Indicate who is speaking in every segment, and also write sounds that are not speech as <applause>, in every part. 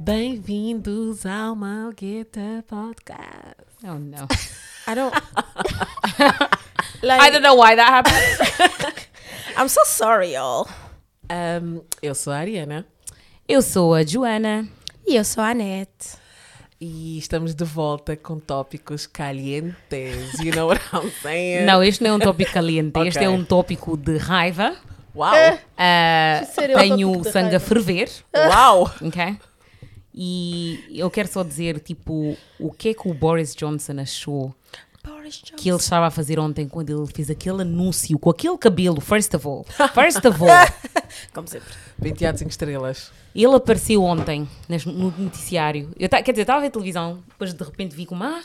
Speaker 1: Bem-vindos ao Malgueta Podcast.
Speaker 2: Oh no.
Speaker 3: I <laughs> don't.
Speaker 2: I
Speaker 3: like,
Speaker 2: don't know why that happened.
Speaker 3: I'm so sorry, y'all.
Speaker 1: Ahm, eu sou a Ariana
Speaker 2: Eu sou a Joana.
Speaker 3: E eu sou a Anete.
Speaker 1: e estamos de volta com tópicos calientes. You know what I'm saying?
Speaker 2: Não, este não é um tópico caliente, este
Speaker 1: Ok.
Speaker 2: é um tópico de raiva.
Speaker 1: Uau!
Speaker 2: Ah,
Speaker 3: Isso seria um
Speaker 2: tenho
Speaker 3: tópico de
Speaker 2: sangue a
Speaker 3: raiva.
Speaker 2: ferver,
Speaker 1: Uau!
Speaker 2: ok? E eu quero só dizer, tipo, o que é que o Boris Johnson achou
Speaker 3: Boris Johnson.
Speaker 2: que ele estava a fazer ontem quando ele fez aquele anúncio com aquele cabelo, first of all. First of all.
Speaker 3: Como sempre.
Speaker 1: Penteados em estrelas.
Speaker 2: Ele apareceu ontem nas- no noticiário. Eu ta- quer dizer, estava a ver televisão, depois de repente vi como ah,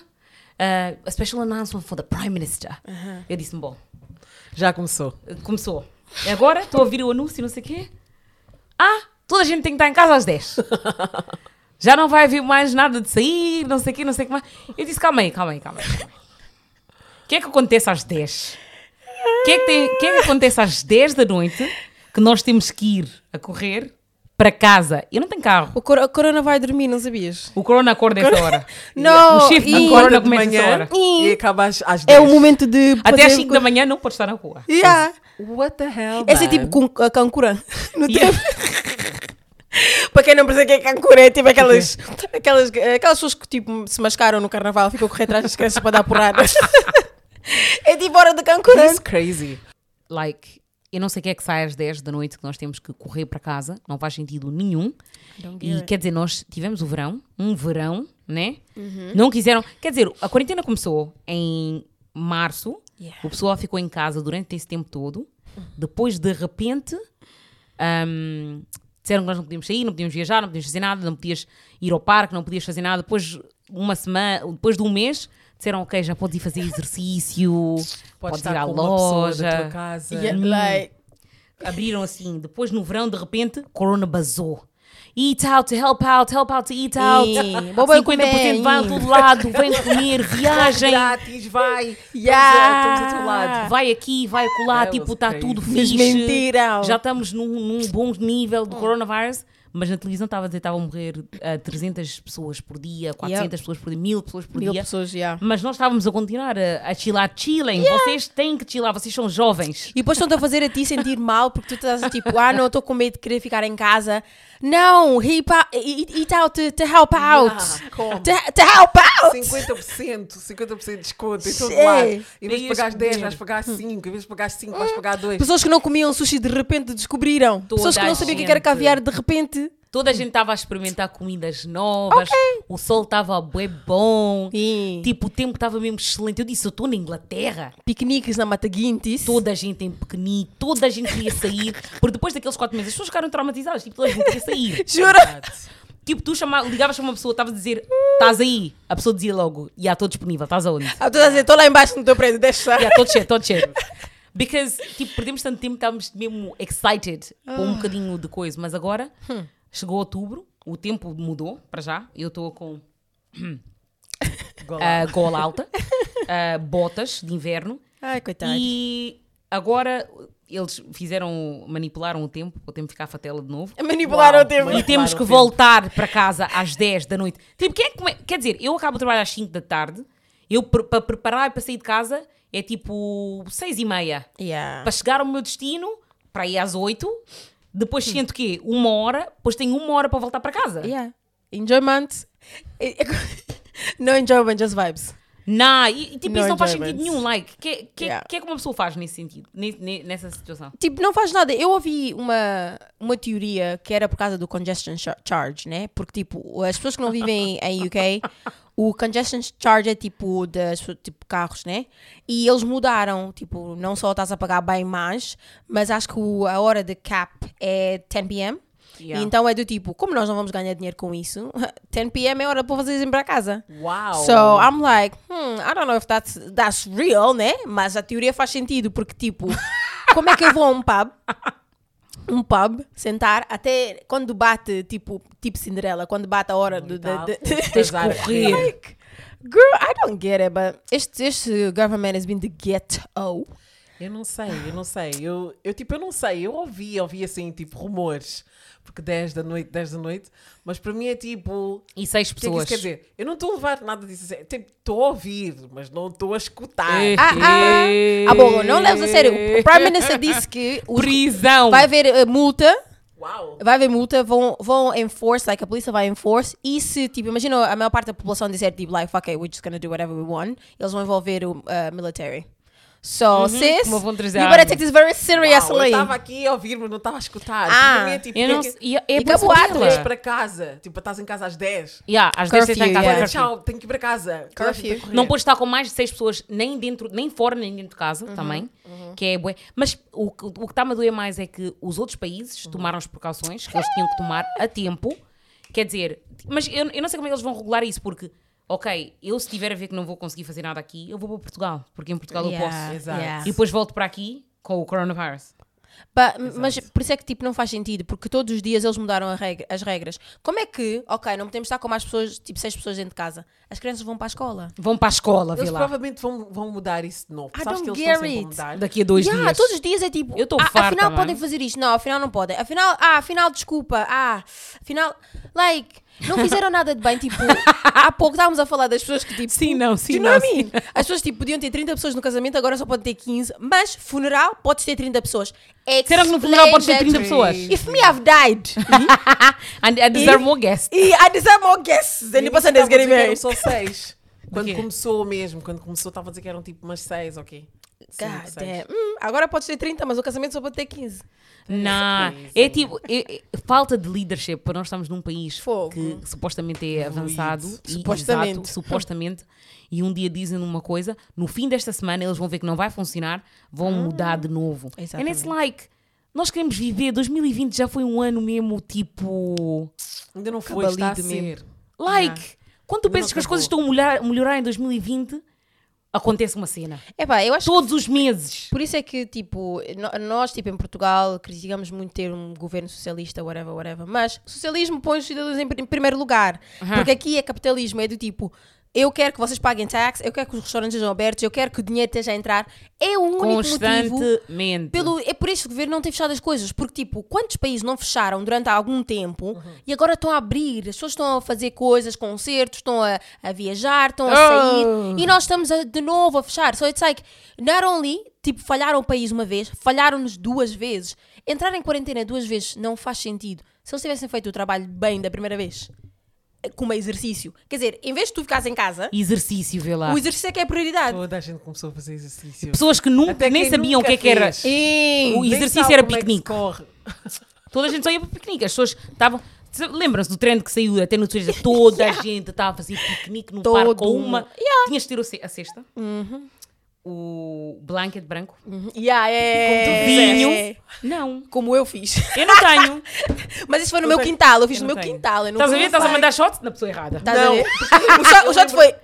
Speaker 2: ah, a special announcement for the Prime Minister. Eu disse-me, bom,
Speaker 1: Já começou.
Speaker 2: começou. É Agora estou a ouvir o anúncio, não sei o quê. Ah, toda a gente tem que estar em casa às 10. Já não vai haver mais nada de sair, não sei o quê, não sei o que mais. Eu disse, calma aí, calma aí, calma aí. calma aí. O que é que acontece às 10? O que, é que, tem- o que é que acontece às 10 da noite que nós temos que ir a correr para casa? Eu não tenho carro.
Speaker 3: O, cor- a Corona vai dormir, não sabias?
Speaker 2: O corona acorda essa hora.
Speaker 3: <laughs> Não,
Speaker 2: o shift
Speaker 3: e-
Speaker 2: do
Speaker 1: Acorda
Speaker 2: corona
Speaker 1: de
Speaker 2: começa essa
Speaker 1: manhã
Speaker 2: hora.
Speaker 1: e acaba às, às
Speaker 3: É
Speaker 1: 10.
Speaker 3: o momento de.
Speaker 2: Até
Speaker 3: fazer- um
Speaker 2: às 5 da manhã não pode estar na rua.
Speaker 3: Yeah.
Speaker 1: What the hell?
Speaker 3: É assim
Speaker 1: man?
Speaker 3: tipo com, a cancura. <laughs> No
Speaker 2: Yeah.
Speaker 3: <laughs> tempo. Para quem não percebe o que é cancura, é tipo aquelas, aquelas, aquelas pessoas que tipo, se mascaram no carnaval e ficam a correr atrás das crianças para dar <laughs> porradas. é tipo hora de cancura.
Speaker 1: It's crazy.
Speaker 2: Like, eu não sei o que é que sai às 10 da noite que nós temos que correr para casa. Não faz sentido nenhum. E quer dizer, nós tivemos o verão, um verão, né? Não quiseram. Quer dizer, a quarentena começou em março.
Speaker 3: Yeah.
Speaker 2: O pessoal ficou em casa durante esse tempo todo. Depois, de repente, ahm, disseram que nós não podíamos sair, não podíamos viajar, não podíamos fazer nada, não podias ir ao parque, não podias fazer nada. Depois, uma semana, depois de um mês, disseram: Ok, já podes ir fazer <laughs> exercício, podes, ir à
Speaker 1: com uma pessoa
Speaker 2: loja
Speaker 1: da tua casa.
Speaker 3: Yeah, like,
Speaker 2: abriram assim. Depois, no verão, de repente, Corona basou. Eat out to help out, help out to eat out.
Speaker 3: Ih, bom, vai
Speaker 2: 50%
Speaker 3: comer,
Speaker 2: vai a
Speaker 3: ih.
Speaker 2: todo lado, vem comer,
Speaker 3: <laughs>
Speaker 2: viagem.
Speaker 1: Grátis, vai!
Speaker 3: Yeah.
Speaker 1: Estamos, a, estamos a teu lado.
Speaker 2: Vai aqui, vai colar,
Speaker 1: That
Speaker 2: tipo,
Speaker 1: was
Speaker 2: está
Speaker 1: crazy.
Speaker 2: tudo
Speaker 3: Mas
Speaker 2: fixe.
Speaker 3: mentiram. Hum.
Speaker 2: Já estamos num, num bom nível do coronavírus. Mas na televisão estava a dizer que estavam a morrer ah, 300 pessoas por dia, 400 pessoas por dia, 1000 pessoas por
Speaker 3: mil
Speaker 2: dia.
Speaker 3: pessoas, yeah.
Speaker 2: Mas nós estávamos a continuar a, a chilar. Chilem, vocês têm que chilar, vocês são jovens.
Speaker 3: E depois estão-te a fazer a ti sentir mal porque tu estás tipo, ah, não, estou com medo de querer ficar em casa. Não, he pa- eat eat out to, to help
Speaker 2: Ah,
Speaker 3: out.
Speaker 1: Yeah, come.
Speaker 3: To, to help out.
Speaker 1: 50%, 50% de desconto em todo
Speaker 3: Sim.
Speaker 1: lado. Em vez de
Speaker 2: Veias
Speaker 1: pagar as 10,
Speaker 2: comer.
Speaker 1: vais pagar 5. Em vez de pagar 5, vais pagar 2.
Speaker 3: Pessoas que não comiam sushi de repente descobriram. Pessoas que
Speaker 2: Toda
Speaker 3: não
Speaker 2: a
Speaker 3: sabiam o que era
Speaker 2: gente.
Speaker 3: caviar de repente.
Speaker 2: Toda a gente estava a experimentar comidas novas, o sol estava bem bom,
Speaker 3: E
Speaker 2: tipo, o tempo estava mesmo excelente. Eu disse, eu estou na Inglaterra.
Speaker 3: piqueniques na Mata Guintis.
Speaker 2: Toda a gente em pequenininho, toda a gente queria sair, porque depois daqueles quatro meses as pessoas ficaram traumatizadas, tipo, toda a gente queria
Speaker 3: <laughs>
Speaker 2: sair.
Speaker 3: Jura?
Speaker 2: Tipo, tu chama, ligavas para uma pessoa, estavas a dizer, estás aí? A pessoa dizia logo, já yeah, estou disponível, estás aonde?
Speaker 3: Ah, tu estás a dizer, estou lá embaixo no teu prédio, deixa.
Speaker 2: Yeah, todo cheio, todo cheio. Because, tipo, perdemos tanto tempo, estávamos mesmo excited com um bocadinho de coisa. Mas agora, chegou outubro, o tempo mudou para já. Eu estou com ah, <coughs> gola alta, ah, botas de inverno.
Speaker 3: Ai, coitado.
Speaker 2: E agora eles fizeram, manipularam o tempo, o tempo ficar fatela de novo.
Speaker 3: Manipularam
Speaker 1: Uau,
Speaker 3: o tempo.
Speaker 1: mas-
Speaker 2: E temos que voltar para casa às 10 da noite. Tipo, quem é que come- Quer dizer, eu acabo de trabalhar às 5 da tarde. Eu, para preparar para sair de casa, é tipo 6 e meia.
Speaker 3: Yeah.
Speaker 2: Para chegar ao meu destino, para ir às 8. Depois sinto o quê? Uma hora. Depois tenho uma hora para voltar para casa.
Speaker 3: Yeah. Enjoyment. É, <laughs> No enjoyment, just vibes.
Speaker 2: Não, e, e, tipo,
Speaker 3: No
Speaker 2: isso não faz
Speaker 3: enjoyment.
Speaker 2: sentido nenhum. Like, que, que,
Speaker 3: Yeah.
Speaker 2: que é que uma pessoa faz nesse sentido? ne- ne- Nessa situação?
Speaker 3: Tipo, não faz nada. Eu ouvi uma, uma teoria que era por causa do congestion char- charge, né? Porque, tipo, as pessoas que não vivem em UK, o congestion charge é tipo das tipo, carros, né? E eles mudaram. Tipo, não só estás a pagar bem mais, mas acho que o- a hora de cap é 10 p.m.
Speaker 2: Yeah.
Speaker 3: E então é do tipo, como nós não vamos ganhar dinheiro com isso, <laughs> 10 p.m. é hora para vocês irem para casa.
Speaker 1: Uau!
Speaker 3: So I'm like, hmm, I don't know if that's, that's real, né? Mas a teoria faz sentido, porque tipo, como é que eu vou a um pub? Um pub, sentar, até quando bate, tipo, tipo Cinderela, quando bate a hora do.
Speaker 1: Tá,
Speaker 3: da- da-
Speaker 1: tens que correr.
Speaker 3: Like, girl, I don't get it, but este, este government has been the ghetto.
Speaker 1: Eu não sei, eu não sei. Eu, eu tipo, eu não sei. Eu ouvi, ouvi assim, tipo, rumores. Porque 10 da noite, 10 da noite. Mas para mim é tipo.
Speaker 2: então, E seis
Speaker 1: O que é que
Speaker 2: pessoas.
Speaker 1: isso quer dizer? Eu não estou a levar nada disso a sério. Tipo, Estou a ouvir, mas não estou a escutar.
Speaker 2: Eh,
Speaker 3: Ah, ah,
Speaker 2: eh.
Speaker 3: ah, bom, não leves a sério. O Prime Minister disse que os-
Speaker 2: Prisão.
Speaker 3: vai haver eh, multa
Speaker 1: Uau!
Speaker 3: vai haver multa, vão, vão enforce, like a polícia vai enforce, e se, tipo, imagina a maior parte da população dizer, tipo, like, fuck it, we're just gonna do whatever we want, eles vão envolver o uh, military. So, sis,
Speaker 2: como vão utilizar
Speaker 3: you
Speaker 2: a
Speaker 3: better
Speaker 2: arma.
Speaker 3: take this very
Speaker 1: Uau, eu
Speaker 3: seriously.
Speaker 1: estava aqui a ouvir, mas não estava a escutar.
Speaker 3: Ah,
Speaker 1: Para mim é tipo,
Speaker 2: Eu não
Speaker 1: <laughs> que é que-
Speaker 2: sei. e- É
Speaker 3: E acabou
Speaker 2: por isso
Speaker 3: a
Speaker 2: que
Speaker 1: vais
Speaker 2: ela-
Speaker 1: para casa. Tipo, estás em casa às 10.
Speaker 2: Yeah, às 10 você está em
Speaker 3: Curfew,
Speaker 2: casa.
Speaker 3: yeah.
Speaker 2: curfew.
Speaker 1: Tchau, tenho que ir para casa. Toda a gente tá tem que
Speaker 3: É.
Speaker 1: correr.
Speaker 2: Não podes estar com mais de seis pessoas, nem dentro, nem fora, nem dentro de casa
Speaker 3: Uhum,
Speaker 2: também. Que é bué. Mas o, que- o que está-me a doer mais é que os outros
Speaker 3: Uhum.
Speaker 2: países tomaram as precauções que eles tinham que tomar a tempo. Quer dizer, mas eu, eu não sei como é que eles vão regular isso, porque, ok, eu se tiver a ver que não vou conseguir fazer nada aqui, eu vou para Portugal, porque em Portugal eu posso.
Speaker 1: Exato.
Speaker 2: E depois volto para aqui com o coronavirus.
Speaker 3: But, mas por isso é que tipo, não faz sentido, porque todos os dias eles mudaram a regra- as regras. Como é que, ok, não podemos estar com mais pessoas, tipo, seis pessoas dentro de casa? As crianças vão para a escola.
Speaker 2: Vão para a escola, vê
Speaker 1: Eles
Speaker 2: lá.
Speaker 1: provavelmente vão, vão mudar isso de novo.
Speaker 3: I
Speaker 1: Sabes que
Speaker 3: don't
Speaker 1: eles estão
Speaker 3: get
Speaker 1: sempre a
Speaker 3: it.
Speaker 1: mudar.
Speaker 2: Daqui a dois
Speaker 3: Yeah,
Speaker 2: dias.
Speaker 3: todos os dias é tipo,
Speaker 2: Eu tô
Speaker 3: "Ah,
Speaker 2: farta,
Speaker 3: afinal
Speaker 2: mano."
Speaker 3: podem fazer isto. Não, afinal não podem. Afinal, ah, afinal desculpa. Ah, afinal, like, não fizeram nada de
Speaker 2: <laughs>
Speaker 3: bem, tipo, há pouco estávamos a falar das pessoas que tipo,
Speaker 2: Sim, não,
Speaker 3: do
Speaker 2: sim,
Speaker 3: you
Speaker 2: não.
Speaker 3: know what I
Speaker 2: <laughs> sim.
Speaker 3: mean? As pessoas tipo podiam ter 30 pessoas no casamento, agora só podem ter 15, mas funeral podes ter 30 pessoas.
Speaker 2: Será que no funeral podes ter
Speaker 3: Explain
Speaker 2: 30
Speaker 3: that.
Speaker 2: pessoas?
Speaker 3: If me have died, <laughs>
Speaker 2: And I deserve more guests.
Speaker 3: e I deserve more guests than the person that's getting married.
Speaker 1: Só seis. Quando
Speaker 2: quê?
Speaker 1: começou mesmo, quando começou, estava a dizer que eram tipo umas seis, ok? Cinco,
Speaker 3: God
Speaker 1: seis.
Speaker 3: damn. Hum, agora podes ter 30, mas o casamento só pode ter 15.
Speaker 2: Não, é tipo é- é falta de leadership para nós estamos num país
Speaker 3: Fogo.
Speaker 2: que supostamente é avançado e-
Speaker 3: Supostamente.
Speaker 2: exato, <laughs> supostamente e um dia dizem uma coisa, no fim desta semana eles vão ver que não vai funcionar, vão mudar de novo. And it's
Speaker 3: Ah. Exatamente.
Speaker 2: like nós queremos viver, 2020 já foi um ano mesmo tipo
Speaker 1: Ainda não foi, está a
Speaker 3: Cabalido
Speaker 1: ser.
Speaker 2: like
Speaker 3: Ah.
Speaker 2: quando tu
Speaker 1: Ainda não
Speaker 2: pensas que as
Speaker 1: acabou.
Speaker 2: coisas estão a melhorar, melhorar em 2020, acontece uma cena.
Speaker 3: Epá, eu acho
Speaker 2: Todos os meses.
Speaker 3: Por isso é que, tipo, no- nós, tipo, em Portugal, criticamos muito ter um governo socialista, whatever, whatever. Mas socialismo põe os cidadãos em, pr- em primeiro lugar. Porque aqui é capitalismo, é do tipo, eu quero que vocês paguem tax, eu quero que os restaurantes sejam abertos, eu quero que o dinheiro esteja a entrar. É o único motivo.
Speaker 2: Constantemente.
Speaker 3: Pelo, é por isso que o governo não tem fechado as coisas. Porque, tipo, quantos países não fecharam durante algum tempo
Speaker 2: Uhum.
Speaker 3: e agora estão a abrir? As pessoas estão a fazer coisas, concertos, estão a, a viajar, estão a sair.
Speaker 2: Oh.
Speaker 3: E nós estamos a- de novo a fechar. So it's like, not only, tipo, falharam o país uma vez, falharam-nos duas vezes. Entrar em quarentena duas vezes não faz sentido. Se eles tivessem feito o trabalho bem da primeira vez, eh, como exercício. Quer dizer, em vez de tu ficares em casa,
Speaker 2: Exercício, vê lá.
Speaker 3: o exercício é que é a prioridade.
Speaker 1: Toda a gente começou a fazer exercício.
Speaker 2: Pessoas que nunca
Speaker 1: Até
Speaker 2: nem
Speaker 1: quem
Speaker 2: sabiam o
Speaker 1: nunca
Speaker 2: que é que era.
Speaker 1: fez.
Speaker 3: E...
Speaker 2: O
Speaker 1: Nem
Speaker 2: exercício
Speaker 1: sabe
Speaker 2: era
Speaker 1: como é que se
Speaker 2: piquenique.
Speaker 1: corre.
Speaker 2: Toda a gente só ia para piquenique. As pessoas estavam. Se- Lembram-se do trend que saiu até no Twitter? Toda a gente estava a fazer piquenique no
Speaker 3: Todo
Speaker 2: parque com
Speaker 3: mundo.
Speaker 2: uma. Tinhas de ter o ce- a cesta, o blanket branco,
Speaker 3: Yeah,
Speaker 2: o
Speaker 3: é...
Speaker 2: vinho.
Speaker 3: é.
Speaker 2: Não,
Speaker 3: Como eu fiz.
Speaker 2: eu não tenho. <laughs>
Speaker 3: Mas isso foi no
Speaker 2: Eu
Speaker 3: meu
Speaker 2: tenho.
Speaker 3: quintal, eu fiz
Speaker 2: Eu
Speaker 3: no
Speaker 2: não
Speaker 3: meu
Speaker 2: tenho.
Speaker 3: quintal. Eu não
Speaker 2: Estás a
Speaker 3: fui
Speaker 2: ver?
Speaker 3: no
Speaker 2: Estás a
Speaker 3: parque.
Speaker 2: mandar shots na pessoa errada.
Speaker 3: um Estás a
Speaker 1: Não.
Speaker 3: ver? O shot, o
Speaker 2: <laughs>
Speaker 3: shot foi.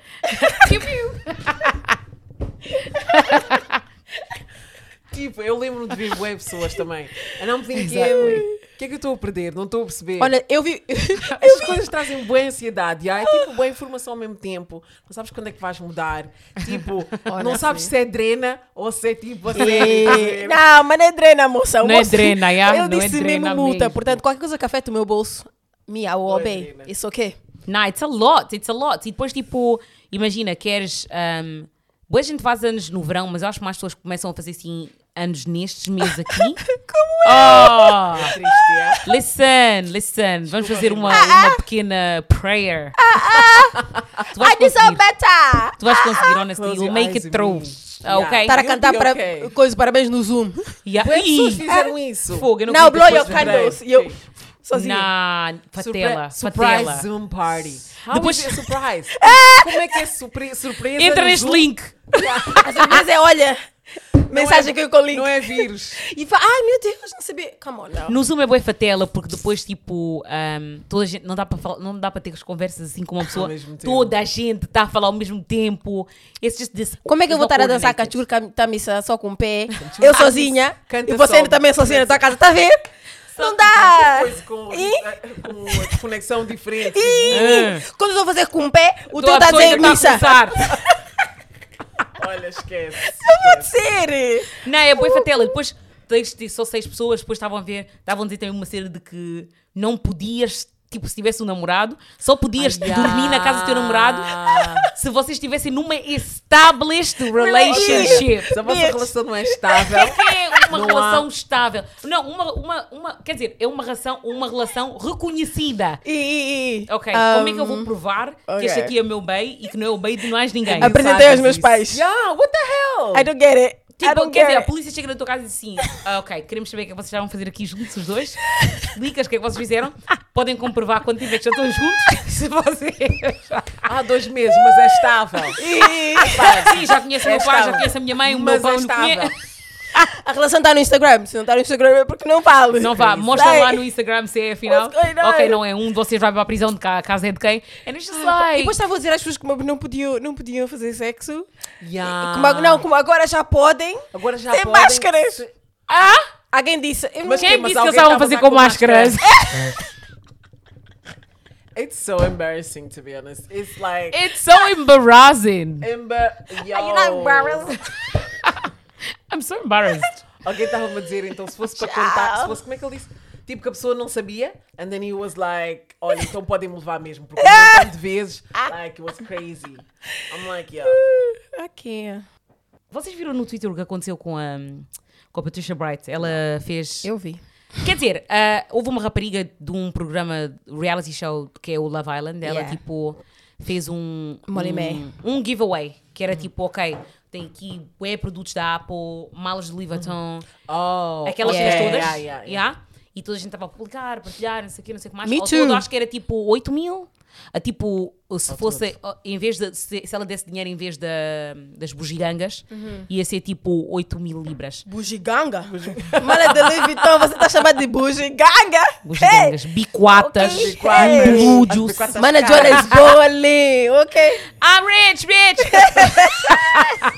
Speaker 1: Tipo, eu lembro-me de ver web pessoas também. Eu não me O que é que eu estou a perder? Não estou a perceber.
Speaker 3: Olha, eu vi.
Speaker 1: As coisas trazem boa ansiedade, já. é tipo boa informação ao mesmo tempo. Não sabes quando é que vais mudar. Tipo, não sabes
Speaker 2: assim.
Speaker 1: se é drena ou se é tipo assim. <laughs>
Speaker 3: Eh, <laughs> não, mas não é drena, moça. O
Speaker 2: Não é
Speaker 3: moço-
Speaker 2: drena, já,
Speaker 3: Eu
Speaker 2: não é
Speaker 3: disse
Speaker 2: drena
Speaker 3: mesmo multa,
Speaker 2: mesmo.
Speaker 3: portanto, qualquer coisa que afeta o meu bolso, me, I will
Speaker 1: é
Speaker 3: obey.
Speaker 1: drena.
Speaker 3: Isso ok.
Speaker 2: Não, it's a lot, it's a lot. E depois, tipo, imagina, queres. Um, boa gente faz anos no verão, mas eu acho que mais pessoas começam a fazer assim anos nestes meses aqui. Como é? Oh!
Speaker 1: Triste, é?
Speaker 2: Listen, listen, vamos fazer uma, uma pequena prayer.
Speaker 3: Ah,
Speaker 2: Tu vais
Speaker 3: I deserve
Speaker 2: conseguir,
Speaker 3: better!
Speaker 2: tu vais conseguir,
Speaker 3: Ah,
Speaker 2: honestly,
Speaker 1: Close
Speaker 2: you'll
Speaker 1: your
Speaker 2: make
Speaker 1: eyes
Speaker 2: it
Speaker 1: and
Speaker 2: through.
Speaker 1: breathe.
Speaker 2: Ah, Ok?
Speaker 3: Estar a
Speaker 1: You'll
Speaker 3: cantar
Speaker 1: be
Speaker 3: para
Speaker 1: okay.
Speaker 3: coisa, parabéns no Zoom.
Speaker 2: Yeah.
Speaker 1: Boas pessoas
Speaker 2: Ih,
Speaker 1: fizeram isso.
Speaker 2: é Fogo, eu não
Speaker 3: Não,
Speaker 2: acredito
Speaker 3: blow
Speaker 2: que
Speaker 3: your
Speaker 2: depois-
Speaker 3: candles.
Speaker 1: Sim.
Speaker 3: E eu, sozinha.
Speaker 2: Nah, fatela,
Speaker 1: Surpre- surprise
Speaker 2: fatela.
Speaker 1: Zoom party. How
Speaker 2: Depois-
Speaker 1: is it surprise? <laughs> Como é que é surpre- surpresa?
Speaker 2: Entra
Speaker 1: no
Speaker 2: neste
Speaker 1: Zoom?
Speaker 2: link.
Speaker 3: A surpresa é, olha, mensagem que eu colhi.
Speaker 1: Não é vírus.
Speaker 3: E fala, ai meu Deus, não sabia. Come on, não.
Speaker 2: No Zoom é boa fatela, porque depois, tipo, ahm, toda a gente, não dá para falar- não dá para ter as conversas assim com
Speaker 3: <laughs>
Speaker 2: uma pessoa.
Speaker 1: mesmo tempo.
Speaker 2: Toda a gente está a falar ao mesmo tempo. It's just this-
Speaker 3: Como é que eu vou estar a dançar
Speaker 2: coordinated.
Speaker 3: cachurca camisa só com o pé? Eu sozinha.
Speaker 1: Canta
Speaker 3: e você
Speaker 1: solo.
Speaker 3: também sozinha na tua casa, tá a ver? Não dá!
Speaker 1: Coisa com, com uma conexão diferente.
Speaker 3: Ih,
Speaker 2: É.
Speaker 3: Quando eu estou a fazer com o pé,
Speaker 2: Toda
Speaker 3: o teu
Speaker 2: a
Speaker 3: tá a
Speaker 2: pessoa
Speaker 3: dizer
Speaker 2: ainda tá a
Speaker 3: missa.
Speaker 2: começar.
Speaker 1: Olha, esquece.
Speaker 3: Pode ser!
Speaker 2: Não, é boa fatela. Depois tens de só seis pessoas, depois estavam a ver, estavam a dizer também uma série de que não podias, tipo, se tivesse um namorado, só podias dormir na casa do teu namorado se vocês estivessem numa established relationship.
Speaker 1: Se a vossa relação não é estável,
Speaker 2: É uma
Speaker 1: Não há-
Speaker 2: relação estável. Não, uma, uma, uma. Quer dizer, é uma relação, uma relação reconhecida.
Speaker 3: E, e, e.
Speaker 2: Ok, como é que eu vou provar que este
Speaker 3: ok.
Speaker 2: aqui é o meu bem e que não é o bem de mais ninguém?
Speaker 1: Apre-
Speaker 3: Apresentei aos
Speaker 1: Sabes
Speaker 3: meus
Speaker 1: isso.
Speaker 3: pais.
Speaker 1: yeah, what the hell?
Speaker 3: I don't get it. I
Speaker 2: Tipo,
Speaker 3: don't
Speaker 2: quer
Speaker 3: get
Speaker 2: dizer, a
Speaker 3: it.
Speaker 2: polícia chega na tua casa e diz assim: "Ah, Ok, queremos saber o que é que vocês estavam a fazer aqui juntos, os dois. Explicas o que é que vocês fizeram. Podem comprovar quando tiver que já estão juntos. <laughs> Se vocês.
Speaker 1: Há dois meses, mas é estável.
Speaker 2: Sim, já conheço o meu pai, já
Speaker 1: estável.
Speaker 2: conheço a minha mãe, um o meu
Speaker 1: mas é
Speaker 2: pai não
Speaker 1: estável.
Speaker 2: conhece.
Speaker 3: A relação está no Instagram. Se não está no Instagram é porque não falo.
Speaker 2: Não vá, mostra
Speaker 3: Sei.
Speaker 2: lá no Instagram se é afinal.
Speaker 3: What's going on?
Speaker 2: Ok, não é um de vocês vai para a prisão de cá, a casa é de quem. É neste slide.
Speaker 3: E depois estava a dizer às pessoas que não podiam, não podiam fazer sexo.
Speaker 1: Yeah.
Speaker 2: Ah.
Speaker 3: Como, ag- não, como agora já podem.
Speaker 1: Agora já
Speaker 3: sem
Speaker 1: podem-
Speaker 3: máscaras.
Speaker 1: se-
Speaker 2: Ah!
Speaker 3: Alguém disse. eu
Speaker 1: Mas
Speaker 3: não-
Speaker 2: Quem
Speaker 1: Mas
Speaker 2: disse que
Speaker 1: alguém
Speaker 2: eles estavam a
Speaker 1: estava
Speaker 2: fazer
Speaker 1: lá
Speaker 2: com
Speaker 1: com
Speaker 2: máscaras? <laughs>
Speaker 1: It's so embarrassing, to be honest. It's like...
Speaker 2: It's so embarrassing.
Speaker 1: Emba... Yo.
Speaker 3: You're not embarrassed.
Speaker 2: I'm so embarrassed.
Speaker 1: Alguém estava-me a dizer, então, se fosse para contar, se fosse, como é que ele disse? Tipo que a pessoa não sabia, and then he was like, olha, então podem me levar mesmo, porque um montão de vezes,
Speaker 3: Ah.
Speaker 1: like, it was crazy. I'm like,
Speaker 3: <laughs>
Speaker 1: yeah.
Speaker 3: <laughs> Aqui.
Speaker 2: Vocês viram no Twitter o que aconteceu com a, com a Patricia Bright? Ela fez.
Speaker 3: Eu vi.
Speaker 2: Quer dizer, ah, houve uma rapariga de um programa reality show que é o Love Island. Ela,
Speaker 3: Yeah.
Speaker 2: tipo, fez um.
Speaker 3: Molly
Speaker 2: um,
Speaker 3: May.
Speaker 2: um giveaway. Que
Speaker 3: Uhum.
Speaker 2: era tipo, ok, tem aqui bué produtos da Apple, malas de
Speaker 3: Uhum.
Speaker 2: Louis Vuitton,
Speaker 1: Oh.
Speaker 2: aquelas coisas
Speaker 3: Yeah,
Speaker 1: Yeah,
Speaker 2: todas.
Speaker 1: yeah, yeah.
Speaker 2: yeah? E toda a gente estava a publicar, partilhar, não sei o quê, não sei o que mais.
Speaker 3: Me
Speaker 2: Ao todo,
Speaker 3: too.
Speaker 2: acho que era tipo 8 mil. A, tipo, se fosse, em vez de, se, se ela desse dinheiro em vez da, das bugigangas,
Speaker 3: Uhum.
Speaker 2: ia ser tipo 8 mil libras.
Speaker 3: Bugiganga? Mala de Louis Vuitton, você está chamada de bugiganga?
Speaker 2: Bugigangas, biquatas,
Speaker 3: Ok.
Speaker 1: Biquatas.
Speaker 2: bambúdios.
Speaker 1: As biquatas
Speaker 3: Mana
Speaker 1: caras.
Speaker 3: Jonas boa ali, ok?
Speaker 2: I'm rich,
Speaker 3: <laughs>
Speaker 2: bitch!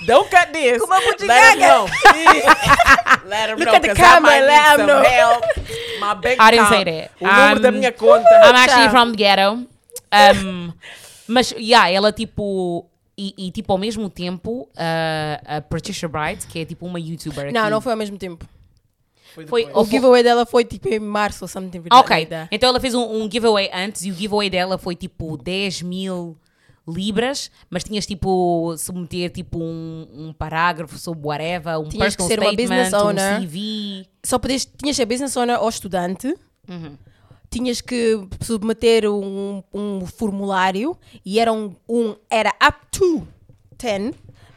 Speaker 1: Don't cut this.
Speaker 3: Como a
Speaker 1: Let him
Speaker 3: bugigaga.
Speaker 1: know. <laughs> Let him
Speaker 3: Look
Speaker 1: know,
Speaker 3: at the
Speaker 1: 'cause I might
Speaker 3: camera,
Speaker 1: need
Speaker 3: let him
Speaker 1: some
Speaker 3: know.
Speaker 1: help. My bank
Speaker 2: I didn't say
Speaker 1: account.
Speaker 2: that.
Speaker 1: O número da
Speaker 2: Um,
Speaker 1: minha conta.
Speaker 2: I'm actually from the ghetto. Um, mas, yeah, ela tipo. E, e, tipo, ao mesmo tempo, uh, a, a Patricia Bright, que é tipo uma youtuber.
Speaker 3: Não,
Speaker 2: aqui.
Speaker 3: não foi ao mesmo tempo.
Speaker 2: foi-
Speaker 1: depois.
Speaker 3: O giveaway dela foi tipo em março ou something.
Speaker 2: Ah, Ok,
Speaker 3: related.
Speaker 2: então ela fez um, um giveaway antes e o giveaway dela foi tipo 10 mil libras, mas tinhas tipo submeter tipo um, um parágrafo sobre whatever, um
Speaker 3: Tinhas que
Speaker 2: personal
Speaker 3: ser uma
Speaker 2: statement,
Speaker 3: business owner.
Speaker 2: um CV.
Speaker 3: Só podias, tinhas que ser business owner ou estudante.
Speaker 2: Uhum.
Speaker 3: Tinhas que submeter um, um formulário e era um, um- era up to 10.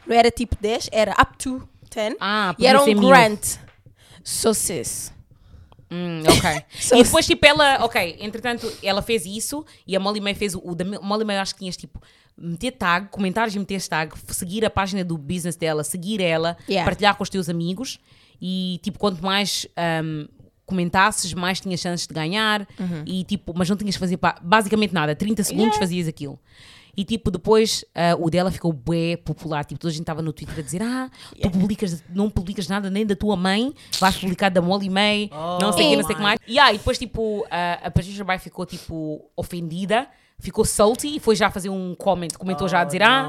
Speaker 3: Não era tipo 10, era up to 10.
Speaker 2: Ah,
Speaker 3: e
Speaker 2: podia
Speaker 3: era
Speaker 2: ser
Speaker 3: um
Speaker 2: mil.
Speaker 3: grant. Success.
Speaker 2: <laughs> Hum, ok.
Speaker 3: So-
Speaker 2: e depois, tipo, ela, ok, entretanto, ela fez isso e a Molly May fez o, o da Molly May, acho que tinhas tipo meter tag, comentários e meter tag, seguir a página do business dela, seguir ela,
Speaker 3: Yeah.
Speaker 2: partilhar com os teus amigos e tipo, quanto mais ahm, comentasses, mais tinhas chances de ganhar e tipo, mas não tinhas de fazer pa- basicamente nada, 30 segundos fazias aquilo. E tipo, depois ah, o dela ficou bué popular. Tipo, toda a gente estava no Twitter a dizer: Ah, tu publicas, não publicas nada nem da tua mãe, vais publicar da Molly May, não sei o que, não sei o que mais. Yeah, e depois, tipo, a, a Patricia Bai ficou, tipo, ofendida, ficou salty e foi já fazer um comment. Comentou já a dizer: Ah,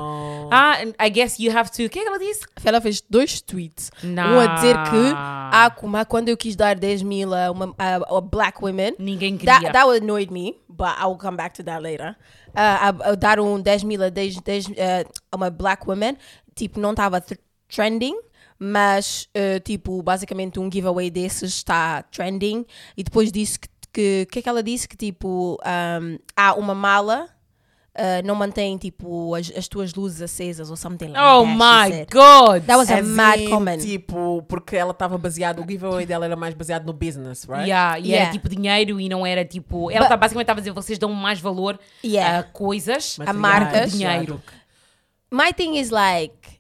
Speaker 2: ah, I guess you have to. O que é que ela disse?
Speaker 3: Ela fez dois tweets.
Speaker 2: Nah.
Speaker 3: Um a dizer que, ah, como, ah, quando eu quis dar 10 mil a, uma, a, a black women,
Speaker 2: Ninguém queria.
Speaker 3: that, that annoyed me, but I'll come back to that later. Ah, a, a dar um 10 mil a, 10, 10, eh, a uma black woman, tipo, não estava tr- trending. Mas, eh, tipo, basicamente um giveaway desses está trending. E depois disse que, que, que é que ela disse? Que, tipo, ahm, há uma mala, eh, não mantém, tipo, as, as tuas luzes acesas ou something like
Speaker 2: Oh
Speaker 3: that. she
Speaker 2: my
Speaker 3: said.
Speaker 2: God!
Speaker 3: That was a
Speaker 1: As
Speaker 3: mad
Speaker 1: in,
Speaker 3: comment.
Speaker 1: Tipo, porque ela estava baseada, o giveaway dela era mais baseado no business, right?
Speaker 2: Yeah, e
Speaker 3: Yeah.
Speaker 2: era tipo dinheiro e não era tipo. Ela
Speaker 3: But-
Speaker 2: tá, basicamente estava a dizer: vocês dão mais valor
Speaker 3: Yeah.
Speaker 2: a coisas.
Speaker 1: Materiais,
Speaker 3: marcas.
Speaker 1: tipo,
Speaker 2: Dinheiro.
Speaker 3: My thing is like,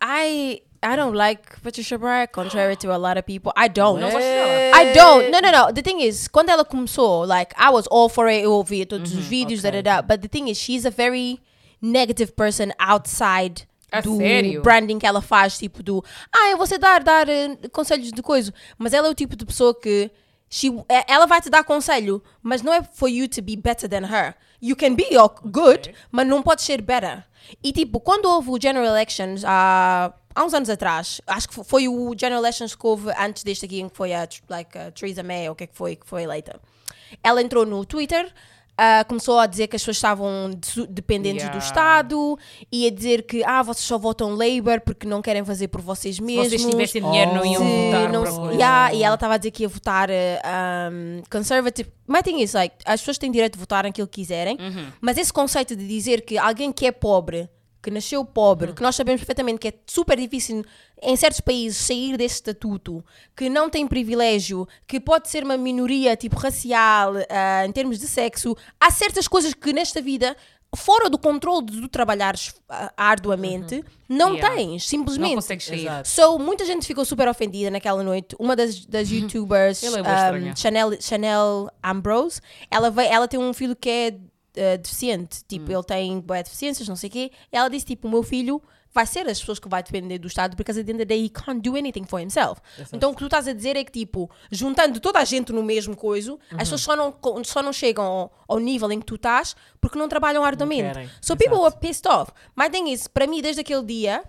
Speaker 3: I I don't like Patricia Bright, contrary to a lot of people. I don't.
Speaker 1: É.
Speaker 2: Não gostas dela?
Speaker 3: I don't. No, no, no. The thing is, quando ela começou, like, I was all for it. Eu ouvia todos os vídeos, da, da, da. But the thing is, she's a very negative person outside
Speaker 2: A
Speaker 3: do
Speaker 2: sério?
Speaker 3: branding que ela faz, tipo do, ah, eu vou ser dar, dar eh, conselhos de coisa. Mas ela é o tipo de pessoa que She, eh, ela vai te dar conselho, mas não é for you to be better than her. You can be your good, mas não pode ser better. E tipo, quando houve o general elections há, há uns anos atrás, acho que fo- foi o general elections que houve antes deste aqui, em que foi a, Tr- like, a Theresa May, ou o que é que foi, que foi eleita. Ela entrou no Twitter, ah, começou a dizer que as pessoas estavam desu- dependentes do
Speaker 2: Yeah.
Speaker 3: Estado, e a dizer que, ah, vocês só votam Labour porque não querem fazer por vocês mesmos.
Speaker 2: Vocês tivessem dinheiro, não iam
Speaker 3: Se
Speaker 2: votar.
Speaker 3: não
Speaker 2: para
Speaker 3: se-
Speaker 2: coisa.
Speaker 3: Yeah, e ela estava a dizer que ia votar eh, um, conservative. My thing is, like, as pessoas têm direito de votar naquilo que quiserem,
Speaker 2: Uhum.
Speaker 3: mas esse conceito de dizer que alguém que é pobre, que nasceu
Speaker 2: Uhum.
Speaker 3: pobre, que nós sabemos perfeitamente que é super difícil em certos países sair desse estatuto, que não tem privilégio, que pode ser uma minoria tipo racial, ah, em termos de sexo, há certas coisas que nesta vida. Fora do controle do trabalhares ah, arduamente, não
Speaker 2: Uhum. Yeah.
Speaker 3: tens,
Speaker 2: Não
Speaker 3: simplesmente.
Speaker 2: consegues sair.
Speaker 1: Exato.
Speaker 3: So, muita gente ficou super ofendida naquela noite. Uma das, das youtubers,
Speaker 2: Ele é bué
Speaker 3: um,
Speaker 2: estranha.
Speaker 3: Chanel, Chanel Ambrose, ela, vai, ela tem um filho que é eh, deficiente. Tipo, ele tem boas deficiências, não sei o quê. E ela disse, tipo, o meu filho vai ser as pessoas que vai depender do Estado, porque at the end of the day, he can't do anything for himself. Então, o que tu estás a dizer é que, tipo, juntando toda a gente no mesmo coisa, as pessoas só não, co- só não chegam ao, ao nível em que tu estás porque não trabalham arduamente.
Speaker 1: querem.
Speaker 3: so, people
Speaker 1: Exato.
Speaker 3: were pissed off. My thing is, para mim, desde aquele dia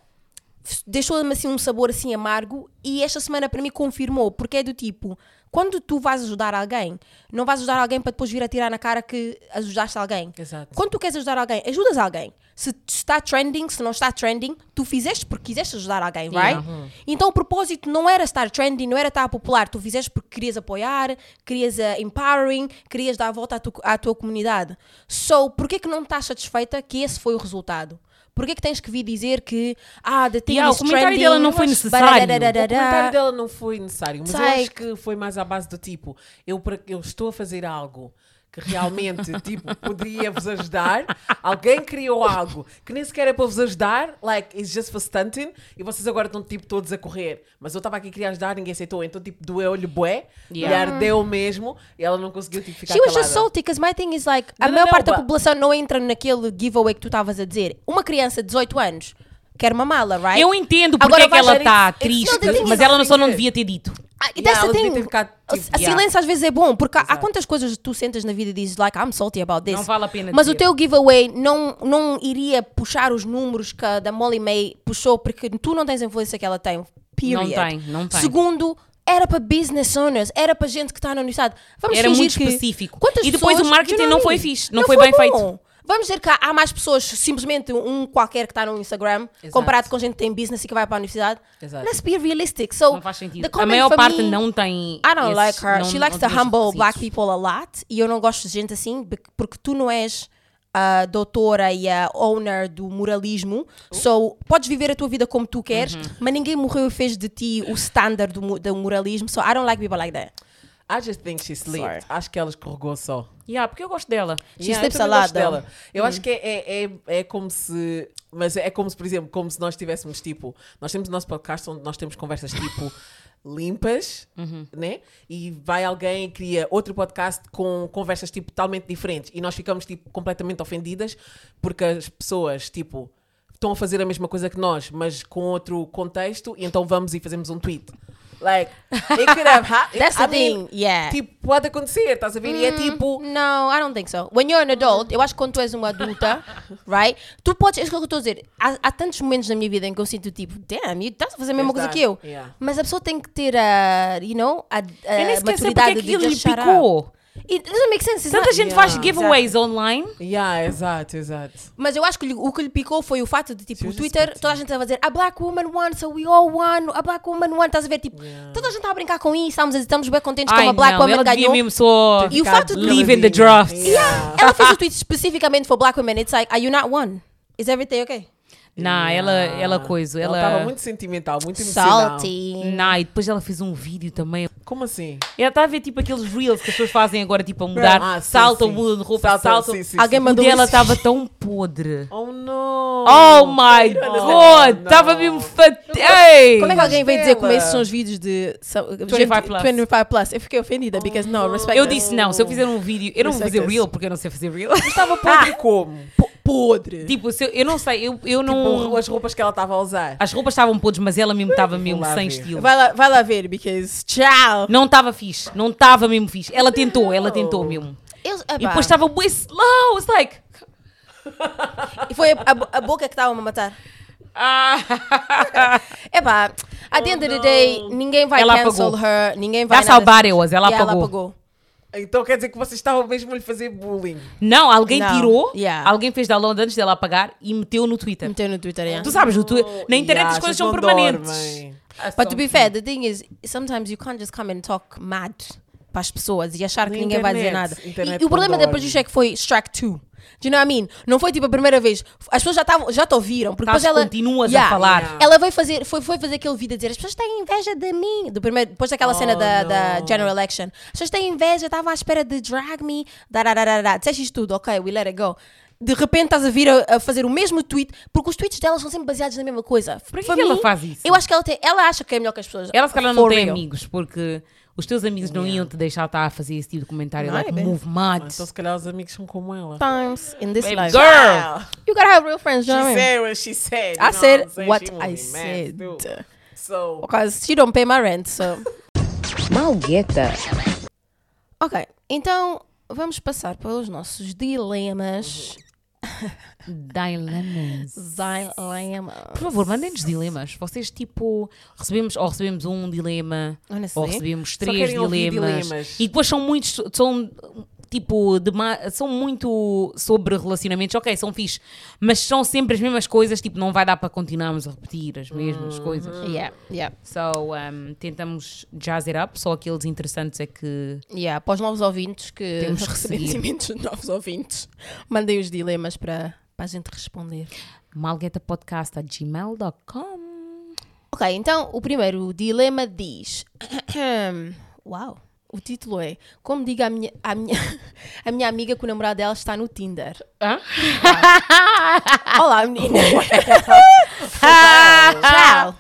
Speaker 3: deixou-me assim um sabor assim amargo e esta semana para mim confirmou, porque é do tipo, quando tu vais ajudar alguém, não vais ajudar alguém para depois vir a tirar na cara que ajudaste alguém.
Speaker 1: Exato.
Speaker 3: Quando tu queres ajudar alguém, ajudas alguém. Se t- está trending, se não está trending, tu fizeste porque quiseste ajudar alguém,
Speaker 2: Yeah.
Speaker 3: right? Então o propósito não era estar trending, não era estar popular, tu fizeste porque querias apoiar, querias eh, empowering, querias dar a volta à, tu- à tua comunidade. So, porquê que não estás satisfeita que esse foi o resultado? Porquê que tens que vir dizer que ah, the thing
Speaker 2: Yeah,
Speaker 3: is
Speaker 2: o comentário
Speaker 3: trending,
Speaker 2: dela não foi necessário.
Speaker 1: O comentário
Speaker 3: bararararará.
Speaker 1: dela não foi necessário, mas eu
Speaker 3: Sei.
Speaker 1: acho que foi mais à base do tipo: eu, pra- eu estou a fazer algo que realmente <laughs> tipo, poderia vos ajudar. Alguém criou algo que nem sequer é para vos ajudar, like it's just for stunting, e vocês agora estão tipo todos a correr. Mas eu estava aqui queria ajudar, ninguém aceitou, então tipo doeu-lhe bué,
Speaker 2: Yeah.
Speaker 1: lhe ardeu mesmo, e ela não conseguiu tipo, ficar
Speaker 3: She was
Speaker 1: calada.
Speaker 3: just salty, because my thing is like, a
Speaker 1: Não,
Speaker 3: maior
Speaker 1: não,
Speaker 3: parte da
Speaker 1: but-
Speaker 3: população não entra naquele giveaway que tu estavas a dizer. Uma criança de 18 anos quer uma mala, right?
Speaker 2: Eu entendo porque
Speaker 3: Agora
Speaker 2: é que ela
Speaker 1: vais-
Speaker 2: está
Speaker 1: it's- it's
Speaker 2: triste,
Speaker 1: not the thing,
Speaker 2: mas
Speaker 1: it's
Speaker 2: ela
Speaker 1: not
Speaker 2: só
Speaker 1: the
Speaker 2: não
Speaker 1: thing.
Speaker 2: devia ter dito.
Speaker 3: Ah, e
Speaker 1: Yeah,
Speaker 3: that's the
Speaker 1: ela devia
Speaker 3: thing.
Speaker 1: ter ficado,
Speaker 3: O-
Speaker 1: tipo,
Speaker 3: a
Speaker 1: yeah.
Speaker 3: silêncio às vezes é bom, porque há- há quantas coisas tu sentas na vida e dizes, like, I'm salty about this.
Speaker 2: Não vale a pena
Speaker 3: Mas o
Speaker 2: dizer.
Speaker 3: teu giveaway não, não iria puxar os números que a da Molly May puxou, porque tu não tens a influência que ela tem. Period.
Speaker 2: Não tem, não tem.
Speaker 3: Segundo, era para business owners, era para gente que está na universidade. Vamos
Speaker 2: Era
Speaker 3: fingir
Speaker 2: muito
Speaker 3: que-
Speaker 2: específico.
Speaker 3: quantas
Speaker 2: E depois
Speaker 3: pessoas-
Speaker 2: o marketing
Speaker 3: you
Speaker 2: não
Speaker 3: know what
Speaker 2: foi
Speaker 3: I mean?
Speaker 2: fixe, não foi bem feito.
Speaker 3: bom. Vamos dizer que há- há mais pessoas, simplesmente um qualquer que está no Instagram,
Speaker 1: Exato.
Speaker 3: comparado com gente que tem business e que vai para a universidade.
Speaker 1: Exato.
Speaker 3: Let's be realistic. So,
Speaker 2: Não faz sentido.
Speaker 3: Oh, the
Speaker 2: A
Speaker 3: comment
Speaker 2: maior
Speaker 3: for
Speaker 2: parte
Speaker 3: me-
Speaker 2: não tem.
Speaker 3: I don't
Speaker 2: esses-
Speaker 3: like her.
Speaker 2: não-
Speaker 3: She
Speaker 2: não
Speaker 3: likes to
Speaker 2: tem esses
Speaker 3: humble black
Speaker 2: requisitos.
Speaker 3: people a lot. E eu não gosto de gente assim, bec- porque tu não és a doutora e a owner do moralismo.
Speaker 2: Oh.
Speaker 3: So, podes viver a tua vida como tu queres,
Speaker 2: Uhum.
Speaker 3: mas ninguém morreu e fez de ti o standard do, mu- do moralismo. So, I don't like people like that.
Speaker 1: I just think she slipped.
Speaker 3: Sorry.
Speaker 1: Acho que ela escorregou só.
Speaker 2: Yeah, porque eu gosto dela.
Speaker 3: She
Speaker 1: Yeah, eu
Speaker 3: sleeps
Speaker 1: também
Speaker 3: a lot,
Speaker 1: gosto
Speaker 3: though.
Speaker 1: dela. Eu
Speaker 3: Hum.
Speaker 1: acho que é, é, é, é como se. Mas é como se, por exemplo, como se nós tivéssemos tipo. Nós temos o nosso podcast onde nós temos conversas
Speaker 3: <laughs>
Speaker 1: tipo. limpas,
Speaker 3: Uhum.
Speaker 1: né? E vai alguém e cria outro podcast com conversas tipo totalmente diferentes e nós ficamos tipo completamente ofendidas porque as pessoas tipo estão a fazer a mesma coisa que nós, mas com outro contexto e então vamos e fazemos um tweet.
Speaker 3: <laughs>
Speaker 1: Like, it could have ha-
Speaker 3: That's the
Speaker 1: I mean,
Speaker 3: thing, yeah. Uhum,
Speaker 1: Tipo, pode acontecer, estás a ver? e é tipo,
Speaker 3: Não, I don't think so. When you're an adult, eu acho que quando tu és uma
Speaker 2: <laughs>
Speaker 3: adulta, right? Tu podes, é isso que eu estou a dizer. Há, há tantos momentos na minha vida em que eu sinto tipo, damn, you estás a fazer a mesma coisa
Speaker 1: Exato,
Speaker 3: que eu.
Speaker 1: yeah.
Speaker 3: Mas a pessoa tem que ter a, you know, a, a
Speaker 2: Eu nem sequer sei porque
Speaker 3: maturidade
Speaker 2: é que
Speaker 3: de
Speaker 2: ele
Speaker 3: just shut up.
Speaker 2: picou.
Speaker 3: It doesn't make sense. it's
Speaker 2: Tanta
Speaker 3: not-
Speaker 2: gente
Speaker 1: Yeah,
Speaker 2: faz giveaways online.
Speaker 1: yeah, exato, exato.
Speaker 3: Mas eu acho que lhe- o que lhe picou foi o fato de, tipo,
Speaker 1: She
Speaker 3: o
Speaker 1: was
Speaker 3: Twitter,
Speaker 1: just
Speaker 3: toda a gente estava a dizer a black woman won, so we all won, a black woman won, estás a ver? Tipo,
Speaker 1: Yeah.
Speaker 3: toda a gente estava a brincar com isso, estamos, estamos bem contentes
Speaker 2: Ai,
Speaker 3: com a black
Speaker 2: não,
Speaker 3: woman
Speaker 2: ela devia
Speaker 3: ganhou. Tipo,
Speaker 2: mesmo só.
Speaker 3: E o fato de-
Speaker 2: Live in the draft.
Speaker 1: Yeah.
Speaker 3: Ela fez o tweet especificamente for black women. It's like, are you not one? Is everything okay?
Speaker 2: Não, ela, ela coisa. Ela.
Speaker 1: estava Ah. muito sentimental, muito emocional.
Speaker 3: Salty.
Speaker 2: Não, e depois ela fez um vídeo também.
Speaker 1: Como assim?
Speaker 2: Ela está a ver tipo aqueles reels que as pessoas fazem agora, tipo a mudar.
Speaker 1: Ah, sim,
Speaker 2: saltam,
Speaker 1: sim.
Speaker 2: mudam de roupa, saltam. Um
Speaker 1: sim, sim,
Speaker 3: Alguém
Speaker 1: sim.
Speaker 2: O
Speaker 3: mandou
Speaker 2: dela
Speaker 3: isso.
Speaker 2: estava tão podre.
Speaker 1: Oh no!
Speaker 2: Oh my god!
Speaker 1: Não.
Speaker 2: Estava mesmo fatei!
Speaker 3: Como é que alguém veio dizer
Speaker 1: Dela.
Speaker 3: como esses são os vídeos de so- gente,
Speaker 2: 25 plus. Oh.
Speaker 3: 25 plus? Eu fiquei ofendida, because no, respect
Speaker 2: Eu
Speaker 3: us.
Speaker 2: disse não, se eu fizer um vídeo, eu não vou
Speaker 3: Isso é
Speaker 2: fazer
Speaker 3: que é
Speaker 2: real porque eu não sei fazer real.
Speaker 1: Estava podre como?
Speaker 3: Po-
Speaker 1: podre.
Speaker 2: <laughs> Tipo, se eu, eu não sei, eu, eu
Speaker 1: Tipo,
Speaker 2: não.
Speaker 1: as roupas que ela estava a usar.
Speaker 2: <laughs> As roupas estavam podres, mas ela mesmo estava mesmo
Speaker 1: lá
Speaker 2: sem
Speaker 1: ver.
Speaker 2: estilo.
Speaker 3: Vai lá, vai lá ver, because. Tchau!
Speaker 2: Não estava fixe, não estava mesmo fixe. Ela tentou, ela tentou mesmo.
Speaker 3: Eu,
Speaker 2: E depois estava bué slow, it's like.
Speaker 3: E foi a, a- a boca que estava a me matar.
Speaker 2: Ah.
Speaker 3: Epá, at the end of the day, ninguém vai
Speaker 2: Oh, Ela
Speaker 3: cancel
Speaker 2: apagou.
Speaker 3: her, ninguém vai.
Speaker 2: That's how bad it was, ela
Speaker 3: Yeah,
Speaker 2: apagou.
Speaker 1: Então quer dizer que vocês estavam mesmo a lhe fazer bullying.
Speaker 2: Não, alguém
Speaker 3: Não,
Speaker 2: tirou,
Speaker 3: yeah.
Speaker 2: alguém fez download antes dela apagar e meteu no Twitter.
Speaker 3: Meteu no Twitter, yeah.
Speaker 2: Tu sabes, no tu, na internet
Speaker 1: Oh, Yeah,
Speaker 2: as
Speaker 1: vocês
Speaker 2: coisas são
Speaker 1: não
Speaker 2: permanentes.
Speaker 1: dormem.
Speaker 3: But to be fair, the thing is, sometimes you can't just come and talk mad para as pessoas e achar que
Speaker 1: Na
Speaker 3: ninguém vai dizer
Speaker 1: internet,
Speaker 3: nada.
Speaker 1: internet
Speaker 3: E, e o problema da
Speaker 1: condone.
Speaker 3: Produce é que foi strike two. Do you know what I mean? Não foi tipo a primeira vez. As pessoas já, tavam, já te ouviram. Porque
Speaker 2: Tás-
Speaker 3: depois ela.
Speaker 2: continuas a
Speaker 3: Yeah.
Speaker 2: falar.
Speaker 1: Yeah.
Speaker 3: Ela veio fazer, foi, foi fazer aquele vídeo a dizer: as pessoas têm inveja de mim. Do primeiro, depois daquela
Speaker 2: Oh,
Speaker 3: cena da, da
Speaker 1: não.
Speaker 3: General Election. As pessoas têm inveja, estavam à espera de drag me. Da, da, da, da, da. Disseste isto tudo, ok, we let it go. De repente estás a vir a, a fazer o mesmo tweet, porque os tweets delas são sempre baseados na mesma coisa.
Speaker 2: Por que
Speaker 3: For
Speaker 2: que ela
Speaker 3: me,
Speaker 2: faz isso?
Speaker 3: Eu acho que ela, tem, ela acha que é melhor que as pessoas.
Speaker 2: Ela se calhar não
Speaker 3: For
Speaker 2: tem
Speaker 3: real.
Speaker 2: amigos, porque os teus amigos não iam te deixar estar a fazer esse tipo de comentário,
Speaker 3: Não é
Speaker 2: like,
Speaker 3: bem.
Speaker 2: move mad.
Speaker 1: Então se calhar os amigos são como ela.
Speaker 3: Times in this
Speaker 2: Baby
Speaker 3: life.
Speaker 2: girl.
Speaker 1: Wow.
Speaker 3: You gotta have real friends, you know
Speaker 1: She
Speaker 3: what I mean?
Speaker 1: said what she said. you
Speaker 3: I
Speaker 1: know
Speaker 3: said
Speaker 1: I'm saying?
Speaker 3: what
Speaker 1: She
Speaker 3: I
Speaker 1: was mad, too.
Speaker 3: said.
Speaker 1: So,
Speaker 3: Because she don't pay my rent, so. <laughs>
Speaker 4: Malgueta.
Speaker 3: ok, então vamos passar pelos nossos dilemas.
Speaker 2: Dilemas.
Speaker 3: Dilema.
Speaker 2: Por favor, mandem-nos dilemas. Vocês, tipo, recebemos ou recebemos um dilema, ou
Speaker 3: Honestly.
Speaker 2: recebemos
Speaker 1: Só
Speaker 2: três
Speaker 1: querem ouvir
Speaker 2: dilemas,
Speaker 1: dilemas.
Speaker 2: E depois são muitos, são tipo, de ma- são muito sobre relacionamentos, ok, são fixe, mas são sempre as mesmas coisas, tipo, não vai dar para continuarmos a repetir as mesmas
Speaker 1: Uhum.
Speaker 2: coisas.
Speaker 3: Yeah, yeah.
Speaker 2: So, um, tentamos jazz it up, só aqueles interessantes é que.
Speaker 3: Yeah, para os novos ouvintes que
Speaker 2: Temos que seguir.
Speaker 3: recebimentos de novos ouvintes, mandei os dilemas para, para a gente responder.
Speaker 2: malguetapodcast.gmail.com
Speaker 3: Ok, então o primeiro dilema diz. <coughs> Uau! O título é Como diga a minha, a minha, <laughs> a minha amiga que o namorado dela está no Tinder.
Speaker 2: Hã?
Speaker 3: <laughs> Olá,
Speaker 2: <laughs>
Speaker 3: menina! Tchau!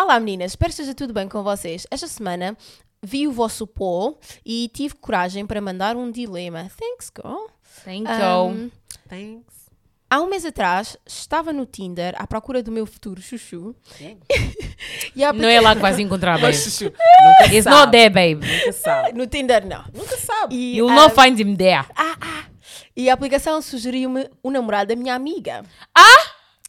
Speaker 3: Olá, meninas! Espero que esteja tudo bem com vocês. Esta semana vi o vosso poll e tive coragem para mandar um dilema. Thanks, girl!
Speaker 2: Thank
Speaker 3: Um,
Speaker 2: you.
Speaker 1: thanks.
Speaker 3: Há um mês atrás, estava no Tinder à procura do meu futuro chuchu. <laughs> e a
Speaker 2: Não é lá que vais encontrar, babe.
Speaker 1: Um, Mas, Chuchu, nunca
Speaker 2: It's
Speaker 1: sabe.
Speaker 2: not there, babe.
Speaker 1: Nunca sabe. <laughs>
Speaker 3: No Tinder, não.
Speaker 1: Nunca sabe.
Speaker 3: E,
Speaker 2: You'll
Speaker 3: ah,
Speaker 2: not find him there.
Speaker 3: Ah, ah. E a aplicação sugeriu-me o namorado da minha amiga.
Speaker 1: é,
Speaker 3: Ah! <laughs>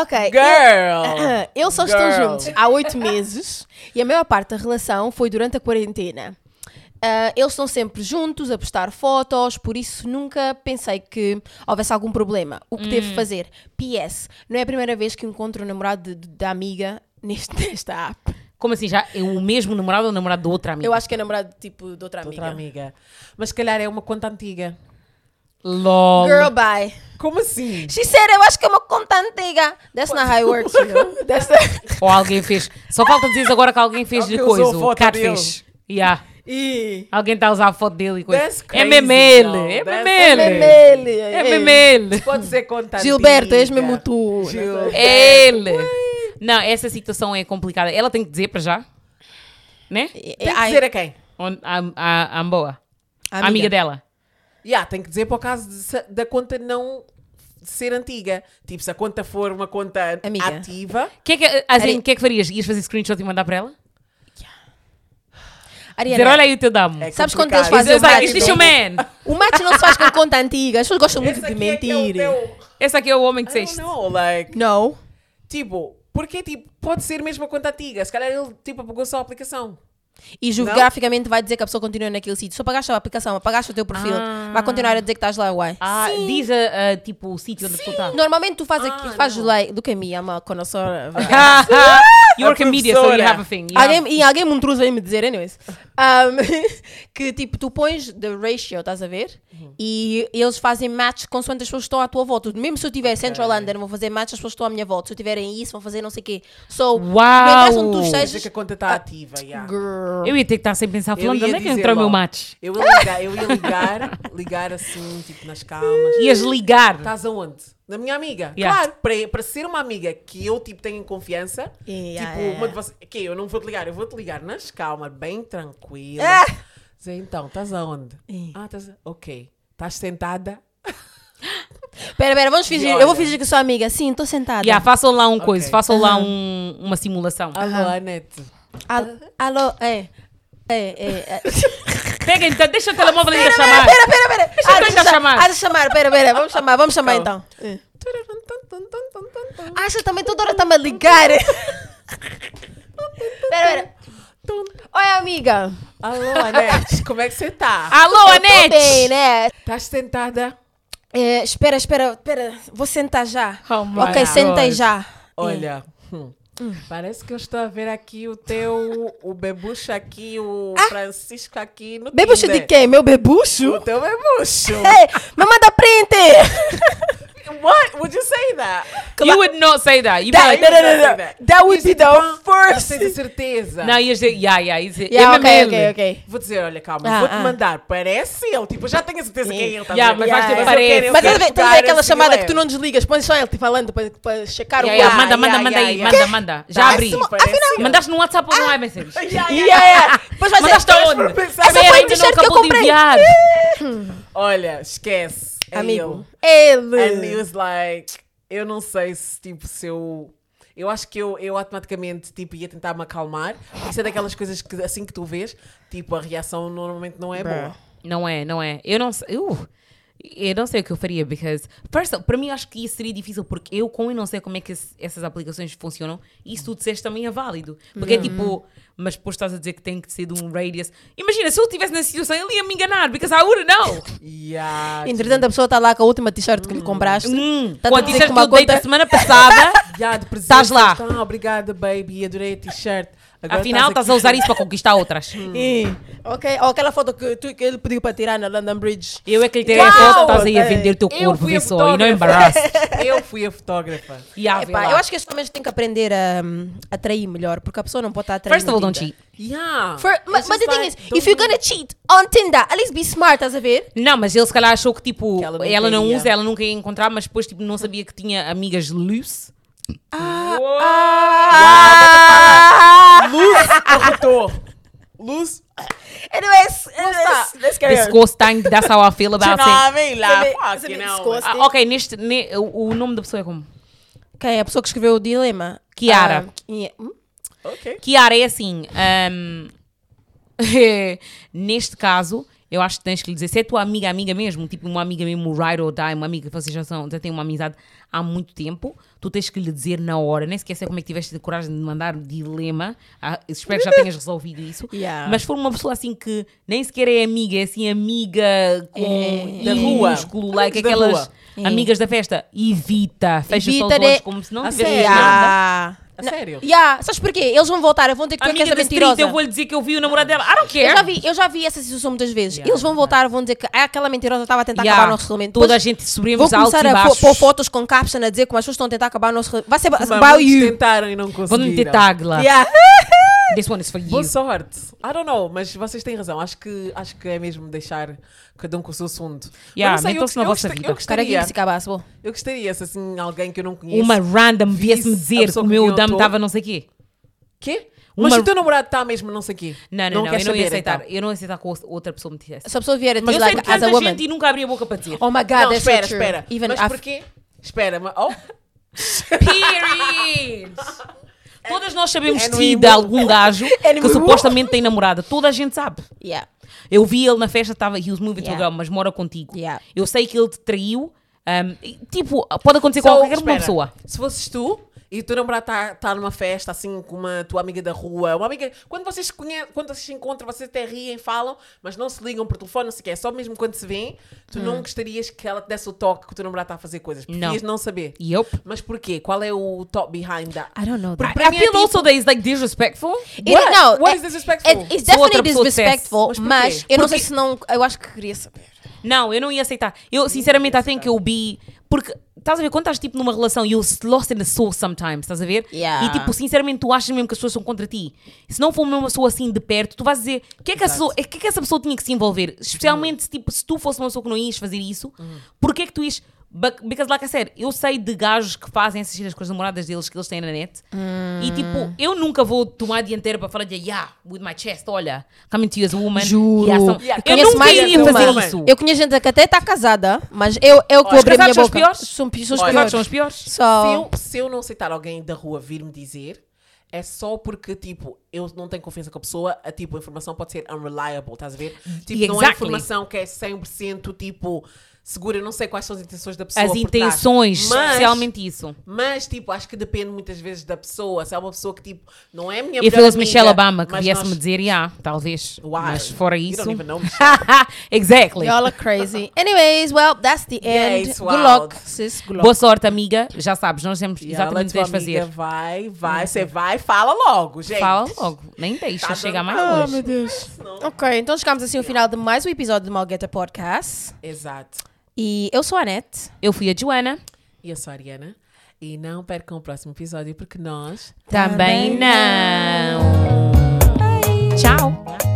Speaker 3: ok. <coughs> eu-
Speaker 1: Girl!
Speaker 3: Eles só estão
Speaker 1: Girl.
Speaker 3: juntos há oito meses e a maior parte da relação foi durante a quarentena. Ah, eles estão sempre juntos a postar fotos, por isso nunca pensei que houvesse algum problema. O que
Speaker 1: Hum.
Speaker 3: devo fazer? PS, não é a primeira vez que encontro o namorado de- de- da amiga neste, <laughs> nesta app.
Speaker 2: Como assim? Já é o mesmo namorado ou o namorado de outra amiga?
Speaker 3: Eu acho que é namorado tipo de outra amiga.
Speaker 1: <laughs> Outra amiga. Mas se calhar é uma conta antiga.
Speaker 2: LOL.
Speaker 3: Girl, bye.
Speaker 1: Como assim?
Speaker 3: She said, eu acho que é uma conta antiga. That's not how it works, you know. That's not...
Speaker 2: Ou alguém fez. Só falta dizer agora que alguém fez de
Speaker 1: Alguém usou
Speaker 2: coisa.
Speaker 1: a
Speaker 2: O
Speaker 1: foto
Speaker 2: cara
Speaker 1: dele.
Speaker 2: fez. Yeah.
Speaker 1: E...
Speaker 2: Alguém está a usar a foto dele e coisa.
Speaker 1: That's
Speaker 2: é
Speaker 1: crazy,
Speaker 2: memele.
Speaker 1: though.
Speaker 2: É
Speaker 1: That's-
Speaker 2: memele.
Speaker 3: Memele.
Speaker 2: É memele.
Speaker 1: <laughs> Pode ser conta
Speaker 3: Gilberto,
Speaker 1: antiga.
Speaker 3: és mesmo tu. né?
Speaker 1: Gil-
Speaker 2: É ele. Não, essa situação é complicada. Ela tem que dizer para já. Né?
Speaker 3: eh,
Speaker 1: Tem que dizer a quem?
Speaker 2: Onde- A, a, a Amboa. A amiga.
Speaker 3: amiga.
Speaker 2: dela.
Speaker 1: Yeah, tem que dizer por causa de se- da conta não ser antiga. Tipo, se a conta for uma conta
Speaker 3: Amiga.
Speaker 1: ativa,
Speaker 2: Que é que, assim,
Speaker 3: Ari-
Speaker 2: o que é que farias? Ias fazer screenshot e mandar para ela? Dizer, olha
Speaker 3: Ariana,
Speaker 2: aí o teu damo.
Speaker 1: é
Speaker 3: Sabes quando
Speaker 1: complicado.
Speaker 3: eles fazem
Speaker 2: Dizer,
Speaker 3: Mas eu
Speaker 2: like, Isto é
Speaker 3: bato,
Speaker 2: o man.
Speaker 3: o match não se faz com conta antiga. As pessoas gostam muito
Speaker 1: Esse
Speaker 3: de
Speaker 1: um aqui é que é o
Speaker 3: mentir.
Speaker 1: teu-
Speaker 2: Esse aqui é o homem que
Speaker 1: I don't
Speaker 2: disseste.
Speaker 1: know, like,
Speaker 3: Não.
Speaker 1: tipo, porque tipo, pode ser mesmo a conta antiga. Se calhar ele tipo apagou só a aplicação.
Speaker 3: E geograficamente vai dizer que a pessoa continua naquele sítio. Só pagaste a aplicação, apagaste o teu perfil. Vai continuar a dizer que estás lá, uai.
Speaker 2: Ah, diz a, a, tipo o sítio onde tu está.
Speaker 3: Normalmente tu fazes aqui, fazes like. Look at me, I'm a connoisseur. of-
Speaker 2: <laughs> You're
Speaker 1: A
Speaker 2: a comedian, so you
Speaker 1: professora.
Speaker 2: have a thing. you have-
Speaker 3: Alguém, e alguém me intrusa aí me dizer, anyways. Um, <laughs> que tipo, tu pões the ratio, estás a ver?
Speaker 2: Uhum.
Speaker 3: E eles fazem match consoante as pessoas que estão à tua volta. Mesmo se eu tiver Central London, vão fazer match as pessoas que estão à minha volta. Se eu tiverem isso, vão fazer não sei o quê. So, não interessa onde tu
Speaker 1: Quer
Speaker 2: Uau!
Speaker 1: dizer que
Speaker 3: estejas.
Speaker 1: a conta está ativa. yeah.
Speaker 3: Girl.
Speaker 2: Eu ia ter que estar sem pensar,
Speaker 1: Eu
Speaker 2: falando,
Speaker 1: ia
Speaker 2: onde é que
Speaker 1: dizer
Speaker 2: entrou o meu
Speaker 1: logo.
Speaker 2: match?
Speaker 1: Eu ia ligar, eu ia ligar, <laughs> ligar assim, tipo, nas calmas.
Speaker 2: Ias ligar.
Speaker 1: Estás aonde? Na minha amiga.
Speaker 2: Yeah.
Speaker 1: Claro, para, para ser uma amiga que eu tipo, tenho confiança,
Speaker 3: Yeah,
Speaker 1: tipo,
Speaker 3: yeah,
Speaker 1: uma de vocês. Que eu não vou te ligar, eu vou te ligar nas calmas, bem Ah, tranquila. Dizer, então, estás aonde? Ah, estás. Ok. Estás sentada?
Speaker 3: Pera, pera, vamos fingir.
Speaker 1: olha.
Speaker 3: Eu vou fingir que sou amiga. Sim, estou sentada.
Speaker 2: Yeah, façam lá um coisa,
Speaker 1: Ok.
Speaker 2: façam lá um- uma simulação.
Speaker 1: Alô, Anete.
Speaker 3: Al- Alô, é. É, é. é.
Speaker 2: Peguem, então, deixa o telemóvel ainda chamar. é
Speaker 3: Pera, pera, pera.
Speaker 2: Deixa eu
Speaker 3: Há de
Speaker 2: tentar
Speaker 3: cha-
Speaker 2: chamar.
Speaker 3: Há de chamar, pera, pera. Vamos chamar, vamos chamar então. É. Acha também toda hora tá-me a ligar. pera, pera. Oi, amiga.
Speaker 1: Alô,
Speaker 3: <laughs>
Speaker 1: Anete. Como é que você tá?
Speaker 2: Alô,
Speaker 3: Eu tô bem,
Speaker 2: Anete!
Speaker 3: né?
Speaker 1: Estás Tá sentada?
Speaker 3: É, espera, espera, espera. Vou sentar já.
Speaker 2: Oh my
Speaker 3: ok,
Speaker 2: God.
Speaker 3: sentei já.
Speaker 1: Olha. hum, Parece que eu estou a ver aqui o teu, o bebucho aqui, o Francisco aqui no
Speaker 3: Ah! Bebucho de É.
Speaker 1: Tinder.
Speaker 3: quem? Meu bebucho?
Speaker 1: O teu bebucho.
Speaker 3: Ei, me manda print!
Speaker 1: What? Would you say that?
Speaker 2: You would not say that. You
Speaker 3: That,
Speaker 2: would
Speaker 1: Não,
Speaker 3: no,
Speaker 2: like,
Speaker 3: no, no, no. That would be the
Speaker 1: Mas
Speaker 3: first.
Speaker 1: tens a certeza.
Speaker 2: não, ias dizer, yeah, yeah, ias dizer, é
Speaker 3: Yeah, ok,
Speaker 2: MML.
Speaker 3: ok, ok.
Speaker 1: Vou dizer, olha, calma,
Speaker 3: Ah,
Speaker 1: vou-te
Speaker 3: ah.
Speaker 1: mandar. Parece ele. Tipo, eu já tenho a certeza quem é ele. tá
Speaker 2: Yeah,
Speaker 1: vendo?
Speaker 2: mas
Speaker 3: vais ter
Speaker 1: eu
Speaker 2: parece.
Speaker 1: quero- eu
Speaker 3: Mas
Speaker 1: quero assim,
Speaker 3: estás a ver- estás a
Speaker 1: jogar
Speaker 3: ver aquela
Speaker 1: esse
Speaker 3: chamada que
Speaker 1: game.
Speaker 3: tu não desligas, põe só ele tipo, te falando para, para checar
Speaker 2: Yeah,
Speaker 3: o
Speaker 2: yeah,
Speaker 3: ar.
Speaker 2: manda, manda,
Speaker 1: yeah,
Speaker 2: manda
Speaker 1: yeah,
Speaker 2: aí,
Speaker 1: yeah.
Speaker 2: manda, manda. Já abri.
Speaker 1: Parece- parece ele.
Speaker 2: Mandaste no WhatsApp ou no iMessage?
Speaker 3: é
Speaker 1: Yeah, yeah,
Speaker 3: Yeah, yeah. Depois vai
Speaker 2: Mandaste
Speaker 3: ser-
Speaker 2: aonde?
Speaker 1: pensar-
Speaker 2: Espera,
Speaker 1: Essa foi a
Speaker 2: ainda não
Speaker 3: t-shirt que eu
Speaker 2: acabou de
Speaker 3: comprei.
Speaker 2: enviar.
Speaker 1: Olha, esquece. É
Speaker 3: Amigo.
Speaker 1: eu. And he
Speaker 3: Ele.
Speaker 1: was like, eu não sei se, tipo, se eu... Eu acho que eu, eu automaticamente, tipo, ia tentar me acalmar. Isso é daquelas coisas que, assim que tu vês, tipo, a reação normalmente não é boa.
Speaker 2: Não é, não é. Eu não sei. Uh, eu não sei o que eu faria, because. First, para mim, acho que isso seria difícil, porque eu, como eu não sei como é que esse- essas aplicações funcionam, isso tu disseste também é válido. Porque
Speaker 3: Uhum.
Speaker 2: é tipo. Mas depois estás a dizer que tem que ser de um radius. Imagina, se eu estivesse nessa situação, ele ia me enganar, because I wouldn't
Speaker 3: <laughs>
Speaker 2: know.
Speaker 1: Yeah. tipo,
Speaker 3: Entretanto, a pessoa está lá com a última t-shirt que lhe compraste.
Speaker 2: Hum,
Speaker 3: Tá
Speaker 2: com a
Speaker 3: tudo
Speaker 2: t-shirt
Speaker 3: com
Speaker 2: que
Speaker 3: uma
Speaker 2: eu dei
Speaker 3: gota-
Speaker 2: da semana
Speaker 3: <laughs>
Speaker 2: passada,
Speaker 1: Yeah, de presente.
Speaker 2: Estás lá.
Speaker 1: Então, obrigada, baby. Adorei a t-shirt. Agora
Speaker 2: afinal estás a
Speaker 1: aqui.
Speaker 2: usar isso para conquistar outras.
Speaker 3: Ih, Ok, ou aquela foto que, tu- que ele pediu para tirar na London Bridge.
Speaker 2: Eu é que lhe tirei a
Speaker 3: Uau!
Speaker 2: foto, estás aí a
Speaker 3: Ei,
Speaker 2: vender o teu
Speaker 1: Eu
Speaker 2: corpo,
Speaker 1: fui
Speaker 2: vê
Speaker 1: a
Speaker 2: só, e não
Speaker 1: fotógrafa.
Speaker 3: <laughs>
Speaker 2: embaraças.
Speaker 1: <laughs> Eu fui a fotógrafa.
Speaker 2: Yeah, vê
Speaker 3: Epá,
Speaker 2: lá.
Speaker 3: eu acho que estes homens têm que aprender a hum, atrair melhor, porque a pessoa não pode estar atraindo.
Speaker 2: First of all, don't cheat.
Speaker 1: Yeah.
Speaker 3: mas
Speaker 1: It's
Speaker 3: mas the
Speaker 1: just
Speaker 3: thing
Speaker 1: like,
Speaker 3: is,
Speaker 1: don't
Speaker 3: if you're
Speaker 1: do
Speaker 3: gonna cheat on Tinder, at least be smart, estás a ver?
Speaker 2: Não, mas ele se calhar achou que tipo,
Speaker 1: Que ela
Speaker 2: ela,
Speaker 1: não
Speaker 2: não
Speaker 1: queria.
Speaker 2: usa, ela nunca ia encontrar, mas depois tipo, não sabia que tinha amigas loose. Ah,
Speaker 1: tá Luz corretor. Luz.
Speaker 3: Anyways, let's, let's carry on.
Speaker 2: Pescoço tanque, that's how I
Speaker 1: <laughs>
Speaker 2: feel about it.
Speaker 1: Jovem
Speaker 3: Sabe-
Speaker 1: lá. Fucking
Speaker 3: sabe
Speaker 1: hell.
Speaker 3: discurso.
Speaker 2: Ah, ok, neste, ne- o o nome da pessoa é como?
Speaker 3: Quem é a pessoa que escreveu o dilema?
Speaker 2: Kiara.
Speaker 3: Ah, yeah. Hum?
Speaker 1: Ok.
Speaker 2: Kiara, é assim, ahm, <laughs> neste caso, eu acho que tens que lhe dizer, se é tua amiga, amiga mesmo, tipo uma amiga mesmo, ride or die, uma amiga que vocês já, são, já têm uma amizade há muito tempo, tu tens que lhe dizer na hora, nem sequer sei como é que tiveste a coragem de mandar dilema, ah, espero que já tenhas resolvido isso,
Speaker 3: Yeah.
Speaker 2: mas se for uma pessoa assim que nem sequer é amiga, é assim amiga com
Speaker 3: É.
Speaker 1: Da rua.
Speaker 2: minúsculo, like
Speaker 1: Da
Speaker 2: aquelas...
Speaker 1: rua.
Speaker 3: É.
Speaker 2: Amigas da festa, evita, fecha só os
Speaker 3: Evita de-
Speaker 2: olhos como se não
Speaker 1: A
Speaker 2: tivesse
Speaker 1: sério?
Speaker 2: nada.
Speaker 3: Yeah.
Speaker 1: A sério?
Speaker 3: Yeah. Sabes porquê? Eles vão voltar, vão ter que tu é que
Speaker 2: Amiga
Speaker 3: és a
Speaker 2: da
Speaker 3: mentirosa.
Speaker 2: street, eu vou lhe dizer que eu vi o namorado dela. I don't care.
Speaker 3: Eu já, vi, eu já vi essa situação muitas vezes.
Speaker 1: Yeah,
Speaker 3: Eles vão voltar, vão dizer que "Ah, aquela mentirosa estava a tentar
Speaker 2: Yeah.
Speaker 3: acabar o nosso relacionamento.
Speaker 2: Toda a
Speaker 3: Depois
Speaker 2: gente
Speaker 3: Vão
Speaker 2: sobrevive altos
Speaker 3: começar
Speaker 2: e
Speaker 3: a pô-
Speaker 2: baixos.
Speaker 3: pôr fotos com caption a dizer que as pessoas estão a tentar acabar o nosso relacionamento. Vai ser
Speaker 1: Mas
Speaker 3: about
Speaker 1: muitos
Speaker 3: you.
Speaker 1: tentaram e não conseguiram.
Speaker 2: Vou-me ter tag lá.
Speaker 3: Yeah.
Speaker 2: This one is for you.
Speaker 1: Boa sorte. I don't know, mas vocês têm razão. Acho que, acho que é mesmo deixar cada um com o seu assunto. Mas
Speaker 2: Yeah,
Speaker 1: não sei, eu
Speaker 2: metam-se na
Speaker 1: gost- eu
Speaker 2: vossa
Speaker 1: gost-
Speaker 2: vida.
Speaker 1: Eu
Speaker 3: Cara, quem
Speaker 1: gostaria,
Speaker 3: que se acabasse, bom.
Speaker 1: eu gostaria se assim alguém que eu não conheço.
Speaker 2: Uma random viesse-me
Speaker 1: Isso, a
Speaker 2: dizer que
Speaker 1: pessoa
Speaker 2: o
Speaker 1: com
Speaker 2: meu
Speaker 1: quem eu
Speaker 2: dame
Speaker 1: tô.
Speaker 2: estava não sei o quê.
Speaker 1: Quê?
Speaker 2: Uma-
Speaker 1: Mas se o teu namorado está mesmo não sei o quê.
Speaker 2: Não, não, não.
Speaker 1: quer
Speaker 2: eu não ia
Speaker 1: saber, então.
Speaker 2: aceitar. Eu não ia aceitar que outra- outra pessoa me dissesse.
Speaker 3: Se a pessoa vier a
Speaker 2: Mas
Speaker 3: dizer,
Speaker 2: eu sei de
Speaker 3: like, as a
Speaker 2: tanta
Speaker 3: woman.
Speaker 2: gente e nunca abri a boca para dizer.
Speaker 3: <laughs> Oh my god,
Speaker 1: Não,
Speaker 3: that's
Speaker 1: espera,
Speaker 3: so true.
Speaker 1: espera.
Speaker 3: Even
Speaker 1: mas
Speaker 3: I've-
Speaker 1: porquê? Espera, mas... Oh,
Speaker 2: Period!
Speaker 3: <laughs>
Speaker 2: Todas nós sabemos
Speaker 1: É no
Speaker 2: de
Speaker 1: emo.
Speaker 2: de algum gajo que
Speaker 3: emo.
Speaker 2: supostamente tem namorada. Toda a gente sabe.
Speaker 3: Yeah.
Speaker 2: Eu vi ele na festa, estava he was moving to
Speaker 3: Yeah.
Speaker 2: a girl, mas mora contigo.
Speaker 3: Yeah.
Speaker 2: Eu sei que ele te traiu. um, e, tipo, pode acontecer com
Speaker 1: So,
Speaker 2: qualquer uma
Speaker 1: espera,
Speaker 2: pessoa.
Speaker 1: Se fosses tu e o teu namorado está tá numa festa assim com uma tua amiga da rua, uma amiga. Quando vocês, se conhe... quando vocês se encontram, vocês até riem, falam, mas não se ligam por telefone, não sei o que. É só mesmo quando se vêem, tu não
Speaker 2: Hum.
Speaker 1: gostarias que ela te desse o toque que o teu namorado está a fazer coisas. Preferias não, saber.
Speaker 2: Yup.
Speaker 1: Mas porquê? Qual é o top behind that?
Speaker 3: I don't know
Speaker 1: Porque
Speaker 3: that.
Speaker 1: para
Speaker 2: I
Speaker 1: mim é
Speaker 2: feel
Speaker 1: tipo-
Speaker 2: also that it's like disrespectful.
Speaker 3: It,
Speaker 1: What?
Speaker 3: não,
Speaker 1: What
Speaker 3: é-
Speaker 1: is disrespectful?
Speaker 3: it- it's
Speaker 2: Se outra
Speaker 3: definitely
Speaker 2: pessoa
Speaker 3: disrespectful,
Speaker 1: dissesse. Mas
Speaker 3: mas
Speaker 1: porquê?
Speaker 3: eu não sei
Speaker 1: Porque-
Speaker 3: se não. Eu acho que queria saber.
Speaker 2: Não, eu não ia aceitar. Eu, sinceramente, I think eu be. Porque, estás a ver, quando estás tipo numa relação, you're lost in the soul sometimes, estás a ver?
Speaker 3: Yeah.
Speaker 2: E tipo, sinceramente, tu achas mesmo que as pessoas são contra ti. Se não for mesmo uma pessoa assim de perto, tu vais dizer o que, é que, essa pessoa- o que é que essa pessoa tinha que se envolver? Especialmente se, tipo, se tu fosse uma pessoa que não ias fazer isso, porque é que tu ias. But, because, like I said, eu sei de gajos que fazem essas cenas com as namoradas deles que eles têm na net. E tipo, eu nunca vou tomar a dianteira para falar de yeah, with my chest, olha, coming to you as a woman.
Speaker 3: Juro.
Speaker 2: Yeah, some-
Speaker 1: Yeah,
Speaker 2: eu
Speaker 1: conheço
Speaker 2: nunca
Speaker 1: mais
Speaker 2: iria
Speaker 1: de uma.
Speaker 2: fazer
Speaker 1: Woman.
Speaker 2: isso.
Speaker 3: Eu conheço gente que até está casada, mas eu, eu que
Speaker 2: Os
Speaker 3: abri a minha
Speaker 2: casados são os
Speaker 3: boca.
Speaker 2: piores?
Speaker 3: São, pi- são os
Speaker 2: Os
Speaker 1: Olha,
Speaker 2: casados são
Speaker 3: piores.
Speaker 2: os piores.
Speaker 1: Se
Speaker 3: Só...
Speaker 1: eu, se eu não aceitar alguém da rua vir me dizer, é só porque, tipo, eu não tenho confiança com a pessoa, a, tipo, a informação pode ser unreliable, estás a ver? Tipo, não é
Speaker 2: Exactly.
Speaker 1: informação que é 100% tipo segura, eu não sei quais são as intenções da pessoa.
Speaker 2: As
Speaker 1: por
Speaker 2: intenções,
Speaker 1: trás. Mas-
Speaker 2: especialmente isso.
Speaker 1: Mas, tipo, acho que depende muitas vezes da pessoa. Se é uma pessoa que, tipo, não é minha
Speaker 2: If
Speaker 1: melhor
Speaker 2: it was
Speaker 1: amiga,
Speaker 2: Michelle Obama que
Speaker 1: mas
Speaker 2: viesse-me
Speaker 1: nós-
Speaker 2: dizer, yeah, talvez.
Speaker 1: Why?
Speaker 2: Mas fora
Speaker 1: You
Speaker 2: isso.
Speaker 1: don't even know
Speaker 2: <laughs> exactly.
Speaker 3: Y'all are crazy. Anyways, well, that's the
Speaker 1: Yeah,
Speaker 3: end.
Speaker 1: it's
Speaker 3: good
Speaker 1: wild.
Speaker 3: luck, sis. Good luck.
Speaker 2: Boa sorte, amiga. Já sabes, nós temos
Speaker 1: Yeah,
Speaker 2: exatamente o que
Speaker 1: ela é
Speaker 2: deves
Speaker 1: tua amiga,
Speaker 2: fazer. Uhum.
Speaker 1: Vai, vai, você vai, fala logo, gente.
Speaker 2: Fala logo. Nem deixa
Speaker 1: Tá
Speaker 2: chegar
Speaker 1: dando-
Speaker 2: mais
Speaker 1: Ah,
Speaker 2: longe.
Speaker 3: Deus. Ok, então chegamos assim ao final de mais um episódio do Malgueta Podcast.
Speaker 1: Exato.
Speaker 3: E eu sou a Anete.
Speaker 2: Eu fui a Joana.
Speaker 1: E eu sou a Ariana. E não percam o próximo episódio, porque nós
Speaker 2: Também não. Tchau.